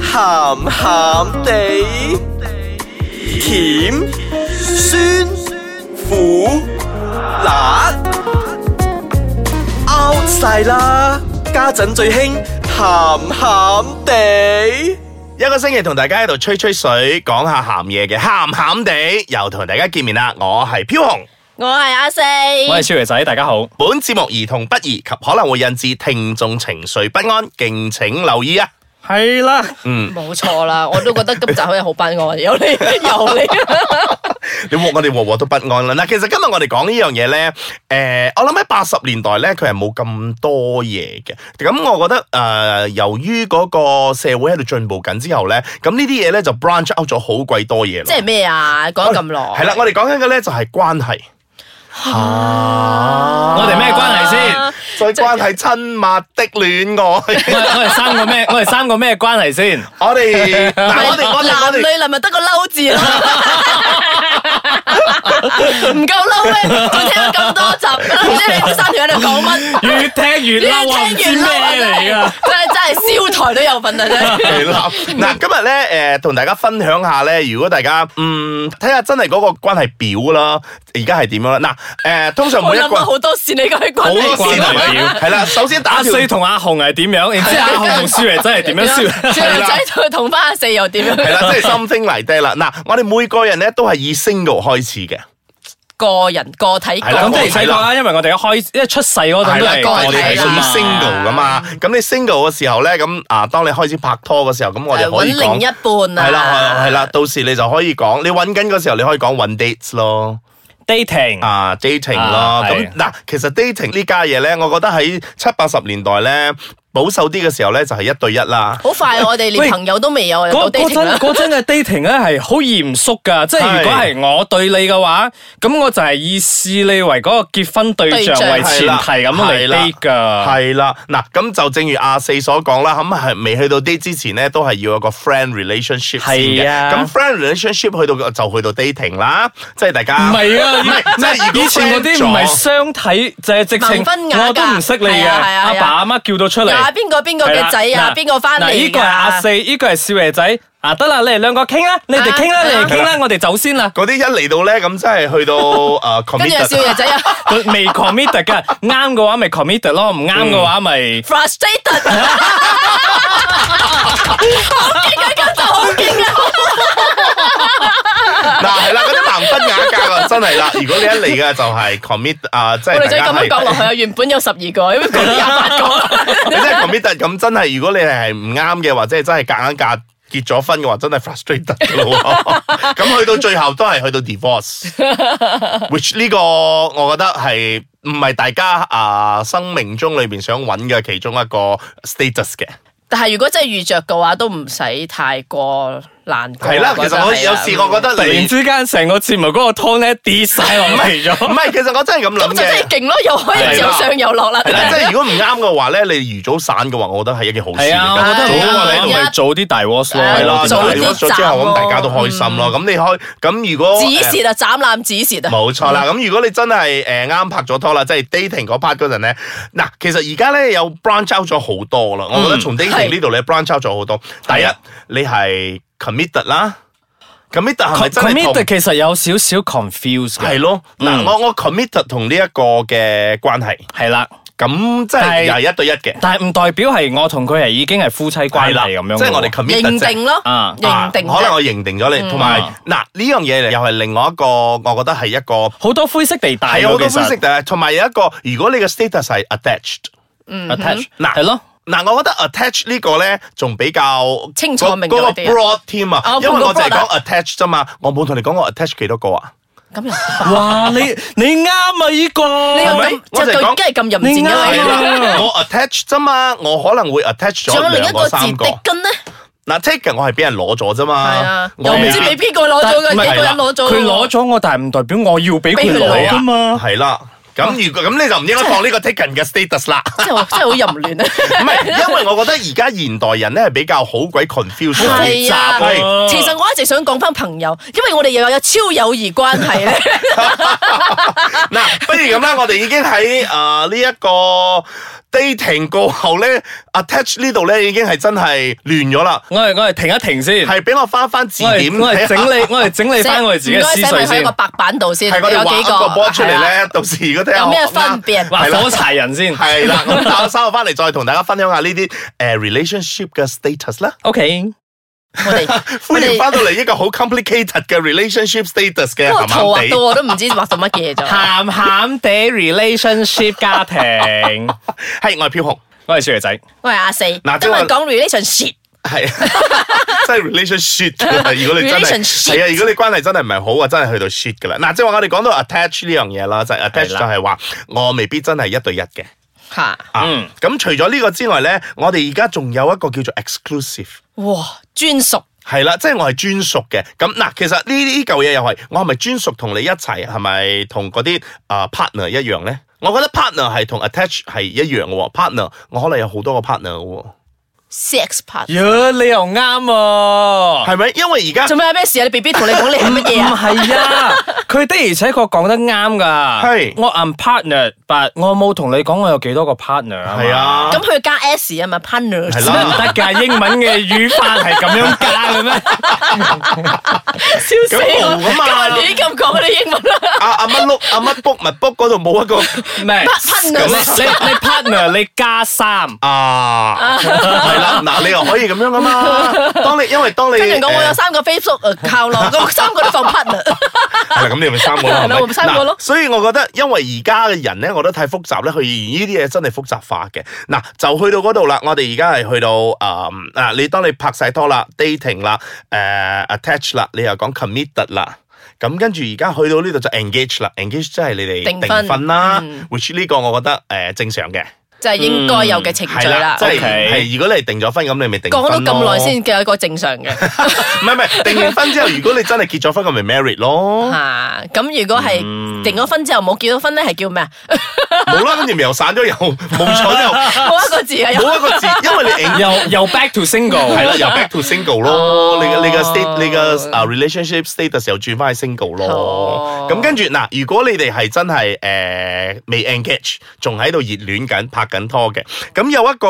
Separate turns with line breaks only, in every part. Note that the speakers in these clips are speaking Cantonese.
鹹鹹地，甜酸苦辣 out 晒啦！家陣最興鹹鹹地。
一個星期同大家喺度吹吹水，講下鹹嘢嘅，鹹鹹地又同大家見面啦！我係飄紅，
我係阿四，
我係超爺仔，大家好。
本節目兒童不宜及可能會引致聽眾情緒不安，敬請留意啊！
係啦，
嗯，
冇錯啦，我都覺得今集好似好不安， 有你有你，
你我哋鑊鑊都不安啦。嗱，其實今日我哋講呢樣嘢咧，誒、我諗喺八十年代咧，佢係冇咁多嘢嘅。咁我覺得誒、呃由於嗰個社會喺度進步緊之後咧，咁呢啲嘢咧就 branch out 咗好鬼多嘢啦。
即係咩啊？講咗咁耐，
係啦，我哋講緊嘅咧就係關係。
我哋咩關係先？
啊
最關係親密的戀 愛，
我哋我哋三個咩？我哋三個咩關係先？
我哋
啊
嗱我哋我哋
男
我
女
哋
係咪得個嬲字 啦？唔夠嬲咩？仲聽咗咁多集，唔知你哋三條喺度講乜？
越聽越嬲啊！唔
越
知
聽越
咩
嬲啊
嚟噶？
真係真係燒台都有份啊！真係。
係啦，嗱今日咧誒同大家分享下咧，如果大家嗯睇下真係嗰個關係表啦，而家係點樣啦？嗱誒通常
我
每一
諗
個
咗好多線，你講關係
好多線
線
啊 關係表
係啦，首先打
阿
條
四同阿紅係點樣？然之後阿紅同少爺仔係啊 點樣？少爺
小
係
女
啦
仔同同翻阿四又點
係
樣？
啦，即係心聲嚟低啦。嗱，我哋每個人咧都係以 single 開始嘅，
個人個體個
係啦我
咁的而且確啊啦，因為我哋一開一出世
係
嗰陣都
啦
係，啊
個
我
人
我
哋
哋
係
嚟噶
屬於
嘛。
single 噶嘛。咁你 single 嘅時候咧，咁啊，當你開始拍拖嘅時候，咁我哋
揾
可以
另
講。
一半啊，
係啦，係啦，到時你就可以講，你揾緊嗰時候你可以講揾 dates 咯，
dating
啊 dating 咯
嗯啊，
咁
係
嗱，其實 dating 呢家嘢咧，我覺得喺七八十年代咧保守啲嘅時候咧，就係一對一啦。
好快我哋連朋友都未有啊，
嗰
到
嗰
dating
陣
啦。
嗰陣嘅 dating 咧係好嚴肅噶，即係
係
如果係我對你嘅話，咁我就係以視你為嗰個結婚對
對
象
象
為前提咁
係
嚟
啦
date 噶。
係啦，嗱，咁就正如阿四所講啦，咁係未去到 date 之前咧，都係要有個 friend relationship 先嘅。
係啊
咁 friend relationship 去到就去到 dating 啦，即係大家
唔係啊，
唔係即係如果
以前嗰啲
friend
唔係
咗
相睇，就係直
盲
情
婚啞嫁
我都唔識你嘅，
係啊係啊
阿
係啊
爸阿媽叫到出嚟
又。係邊個邊個嘅仔
係
啊
啦？
邊個翻嚟
嗱
㗎？
依個係阿四，依個係少爺仔。啊，得啦，你哋兩個傾啦，你哋傾啦，
啊
你哋
係
傾啦，我哋走先啦。
嗰啲一嚟到咧，咁真係去 到呃誒
跟住阿
commit
少爺仔啊
佢未 commit 㗎，啱嘅話咪 commit 咯，唔啱嘅話咪。
，frustrated，
嗱係啦，嗰啲盲婚啞嫁啊，真係啦！如果你一嚟嘅就係 commit 啊，即
我
係
哋
大
再
家
咁樣講落
係
去啊，原本有十二個，咁講到廿八個，
你真係 commit 咁，真係如果你係唔啱嘅，或者係真係夾硬嫁結咗婚嘅話，真係 frustrated 嘅咯喎。咁去到最後都係去到 divorce，which 呢個我覺得係唔係大家啊生命中裏邊想揾嘅其中一個 status 嘅。
但係如果真係遇着嘅話，都唔使太過難過。
係啦，其實我
覺得係
有
啊
時我覺
突
得
然
你。
之間，成個節目嗰個湯咧跌晒落嚟
唔
咗。
係，其實我真係咁
咁
諗
就真
嘅
係。勁咯，又可以
係啦
有上有落啦。
係啦，即係如果唔啱嘅話咧，你預早散嘅話，我覺得係一件好事嚟
係啊，我
㗎。
覺得
係啊
好過你
係啊
咪早啲大 w a s 咯。
係
係啦，
啦早
咁
啲
你咗之後，咁大家都開心咯。咁你開咁如果
指
誒
舌啊，斬攬指舌啊，
冇錯啦，咁如果你真係誒啱拍咗拖啦，即係 dating 嗰 part 嗰陣咧，嗱，其實而家咧有 branch out 咗好多啦，我覺得從 dating
係
呢度你 branch out 咗好多。第
係啊
一，你係 committed 啦，committed 係咪真係
commit
同
其實有少少 confuse
係
嘅，
咯？嗱，
嗯
我我 committed 同呢一個嘅關係，
係啦，
咁即係
但係
又係一對一嘅
但係唔代表係我同佢係已經係夫妻關
係啦
係咁樣。
即係我哋 committed
認
啫
定咯
啊，
認定
可能
啫。
我認定咗你，同埋
嗯
嗱呢樣嘢又係另外一個，我覺得係一個
好多灰色地帶喎。
係好多
其
分
實
析，但係同埋有一個，如果你嘅 status 係 attached，
attach
嗱
係咯，
嗱，我覺得 attach 呢個咧仲比較
清楚
嗰
明
嗰個
白啲啊
broad 添啊
哦，
因為我就係
嗰個 broad
講 attach 啫嘛，我冇同你講我 attach 幾多個啊，
咁又
哇！你你啱啊！依個
你
係
又
咪
咁
我
就
就係講
對，梗係咁淫賤
你
嘅
啱
係
你
啊。
啦，我 attach 啫嘛，我可能會 attach
仲有
咗
另
兩
一
個
個字
三個
的。根咧，
嗱 take 我係俾人攞咗啫
係
嘛
啊，，
我
又唔
未
知
必
俾邊個攞咗嘅，
但係
幾個人攞咗嘅喎。
佢攞咗我，但係唔代表我要俾
俾
佢
佢
攞
攞
噶嘛。
係啦。咁如果咁你就唔應該放呢個 taken 嘅 status 啦。
真係真係好淫 亂啊！
唔係，因為我覺得而家現代人咧係比較好鬼 confused 好複
係啊
雜係，
其實我一直想講翻朋友，因為我哋又有超友誼關係 咧，
啊嗱，不如咁啦，我哋已經喺誒呢一個 dating 過後咧，attach 呢度咧已經係真係亂咗啦，
我哋我哋停一停先，
係俾我翻翻字
我
典
哋我哋
睇下
整理我哋整理翻我哋自己嘅思
唔該寫
緒
埋喺
先
個，白板度先，
係我哋
有
畫
幾
一個波出嚟
係啊
咧，到時如果睇下
有咩
學啦
分別
畫
係啦
火柴人先。
係 啦，咁稍稍後翻嚟再同大家分享下呢啲誒 relationship 嘅 status 啦。
O K，
啊 我哋我
歡迎
哋
翻到嚟一個好 complicated 嘅 relationship status 嘅
嗰個
鹹
圖
鹹
畫到
地。
我都唔知畫到乜嘢咗。
鹹鹹地 relationship 家 庭，
係我係飄紅，
我係小肥仔。
我係阿四，今日
即係話
講 relationship，
係啊 真係 relationship 㗎啦如果你真係
Relationship
係啊，如果你關係真係唔係好啊，真係去到 shit 噶啦。嗱，即係話我哋講到 attach 呢樣嘢啦，就係 attach
係
就
啦
係話我未必真係一對一嘅。
嚇，
啊
嗯，
咁除咗呢個之外咧，我哋而家仲有一個叫做 exclusive。
哇，專屬。
係啦，即係我係專屬嘅。咁嗱，其實呢呢嚿嘢又係，我係咪專屬同你一齊？係咪同嗰啲啊 partner 一樣咧？我覺得 partner 係同 attach 係一樣嘅喎。partner 我可能有好多個 partner 嘅喎，
sex part。
哟，你又啱喎。
係咪？因為而家
做咩有咩事啊？你 B B 同你講你係乜嘢
唔
啊？
係啊，佢的而且確講得啱噶。
係
我 I'm partner，but 我冇同你講我有幾多個 partner 啊嘛。
係啊，
咁佢加 S 啊嘛，partner。
係
得唔
啦。
得㗎？英文嘅語法係咁樣加 嘅咩？
笑死我！
咁冇㗎嘛
今日亂咁講嗰啊啲英文啦。
阿啊阿乜碌阿乜 book 咪 book 嗰度冇一個
唔係
partner
你你你 partner 你加三，
啊，係 啦。嗱，你又可以咁樣噶嘛？當你因為當你
跟住講我有
誒
三個 Facebook 呃 account 咯，咁三個都放 partner。
係啦，咁你咪 三個咯，係咪
係咯三個咯
嗱所以我覺得，因為而家嘅人咧，我覺得太複雜咧，佢呢啲嘢真係複雜化嘅。嗱，就去到嗰度啦，我哋而家係去到誒啊，你當你拍晒拖啦、dating 啦、誒、attach 啦，你又講 committed 啦。咁跟住而家去到呢度就 engage 啦，engage 即係你哋
訂婚
訂婚啦、
嗯
w h i c h 呢個我覺得誒、呃正常嘅，
就係應該有嘅程序
係
啦
啦，。即係
OK
係如果你係訂咗婚咁，你咪訂
講咗
婚咯
咁耐先，嘅一個正常嘅
唔係唔係訂完婚之後，如果你真係結咗婚，咁咪 married 咯，
嚇。咁如果係訂咗婚之後冇結到婚咧，係叫咩啊？
冇啦，跟住咪又散咗，又冇咗又。
冇一個字啊係有。
冇一個字，因為你 engage
又又 back to
係
single。
啦，由 back to single
哦
咯，你嘅你嘅 state 你嘅啊 relationship status 又轉翻去 single
哦
咯。咁跟住嗱，如果你哋係真係誒未 engage，仲喺度熱戀緊、拍緊拖嘅，咁有一個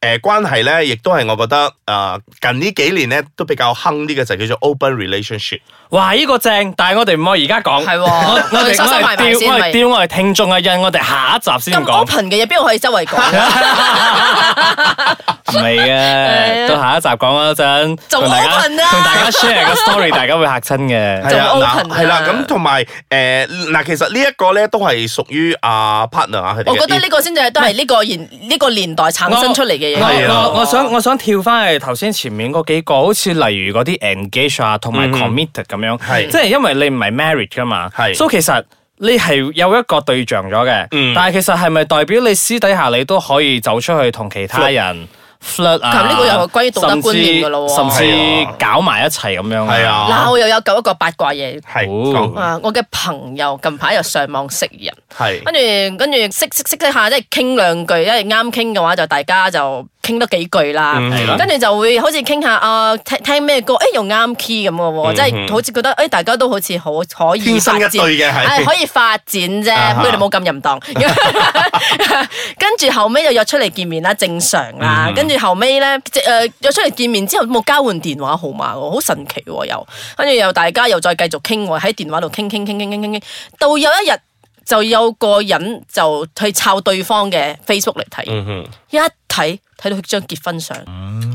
誒關係咧，亦都係我覺得啊近呢幾年咧都比較坑呢個就叫做 open relationship。
哇，呢個正，但係我哋唔可以而家講。
係喎
我我
我哋
哋
收收埋
我哋
埋先
吊我
咪
哋吊我哋聽眾嘅印，我哋下一集先
咁
講。
open 嘅嘢邊度可以周圍講？啊
唔係嘅，到下一集講嗰陣，
就
同大家
open 啦
同大家 share 個 story，大家會嚇親嘅。
係啊，
就
嗱
open
係啦，
啊
咁同埋誒嗱，其實呢一個咧都係屬於啊 partner 啊佢哋嘅。
我覺得呢個先至係都係呢個年呢個年代產生出嚟嘅嘢。
我
係啊
我我想我想跳翻去頭先前面嗰幾個，好似例如嗰啲 engage 啊，同埋 committed 咁樣，
嗯係
即係因為你唔係 married 噶嘛，
係
所以其實。你係有一個對象咗嘅，
嗯
但係其實係咪代表你私底下你都可以走出去同其他人 flirt 啊？
咁呢個又係關於道德觀念㗎咯喎
甚至甚
係
至
啊
搞埋一齊咁樣。
係，啊
嗱，，我又有九一個八卦嘢。
係
哦
講
啊！我嘅朋友近排又上網識人，
係。
跟住跟住識識識識下，即係傾兩句，因為啱傾嘅話就大家就傾多幾句啦。
嗯係啦
跟住就會好似傾下啊，聽聽咩歌，誒又啱 key 咁嘅喎，即係好似覺得誒大家都好似好可以
嗯天生
發
一
展，
對嘅係
係可以發展啫，
啊哈
佢哋冇咁淫蕩。跟住後尾就約出嚟見面啦，正常啦。跟住後尾咧，即誒約出嚟見面之後冇交換電話號碼喎，好神奇喎又。跟住又大家又再繼續傾喎，喺電話度傾傾傾傾傾傾傾，到有一日就有個人就去抄對方嘅 Facebook 嚟睇，
嗯哼。
一睇睇到佢張結婚相，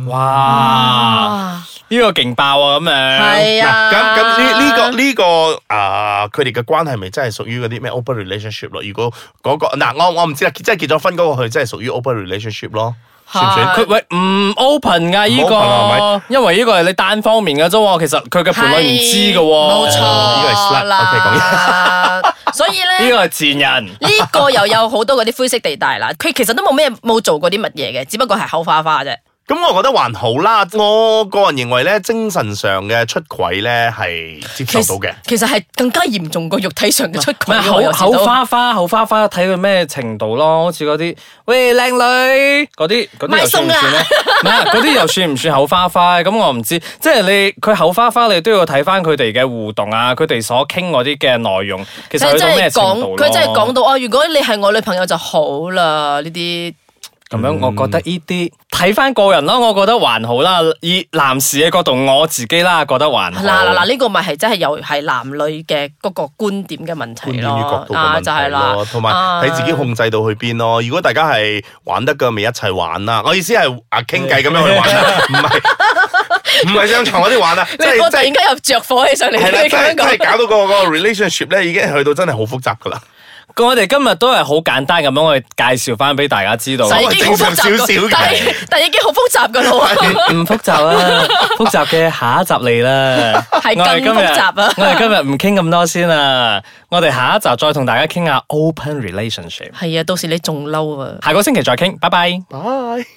哇！
啊，
呢個勁爆啊！咁樣
係啊，
嗱，咁咁呢呢個呢個啊，佢哋嘅關係咪真係屬於嗰啲咩 open relationship 咯？如果嗰個嗱，我我唔知啦，真係結咗婚嗰個佢真係屬於 open relationship 咯，算唔算？
係
佢
佢喂唔 open 噶依
唔 open
個
啊，
因為呢個係你單方面嘅啫喎，其實佢嘅伴侶唔知嘅喎，
冇
呢個係 slut，
錯啦。所以
呢
咧，
個係賤人。
呢個又有好多嗰啲灰色地 帶啦。佢其實都冇咩冇做過啲乜嘢嘅，只不過係口花花啫。
咁我覺得還好啦。我個人認為咧，精神上嘅出軌咧係接
其
受到
實
嘅。
其實係更加嚴重過肉體上嘅出
唔
軌
係
喎。有
口
時都
口花花，口花花睇佢咩程度咯，好似嗰啲喂靚女嗰啲嗰
啊
啲又算唔算 咧？唔係嗰啲又算唔算口花花？咁我唔知，即係你佢口花花，你都要睇翻佢哋嘅互動啊，佢哋所傾嗰啲嘅內容，其實
佢
去到
真
咩
係
程
講，
度咯
佢真係講到哦，如果你係我女朋友就好啦，呢啲
咁樣我覺得呢啲睇翻個人啦，我覺得還好啦。以男士嘅角度，我自己啦覺得還好。
嗱嗱嗱，呢個咪係真係又係男女嘅嗰個觀點嘅
觀
問題
點與角
咯
度，
啊
嘅問
就係
題
啦啊
咯，，同埋睇自己控制到去邊咯。如果大家係玩得嘅，咪一齊玩啦。我意思係啊，傾偈咁樣去玩 啦，唔係唔係上床嗰啲玩啦，即
你
係
我突
即
然
係
間又着火起上嚟，
係啦，
你
即
咁樣
係即係
講。
搞到個個 relationship 咧，已經去到真係好複雜噶啦。
咁我哋今日都係好簡單咁樣，我哋介紹翻俾大家知道。
但
係
已經好複雜
正常少少
㗎
嘅
但係但係已經好複雜噶咯喎。
唔複 雜啦，複雜嘅下一集嚟啦。
係更
我哋今日
複雜啊
我哋今日唔傾咁多先啦，我哋下一集再同大家傾下 open relationship。
係啊，到時你仲嬲啊！
下個星期再傾，拜拜。
Bye。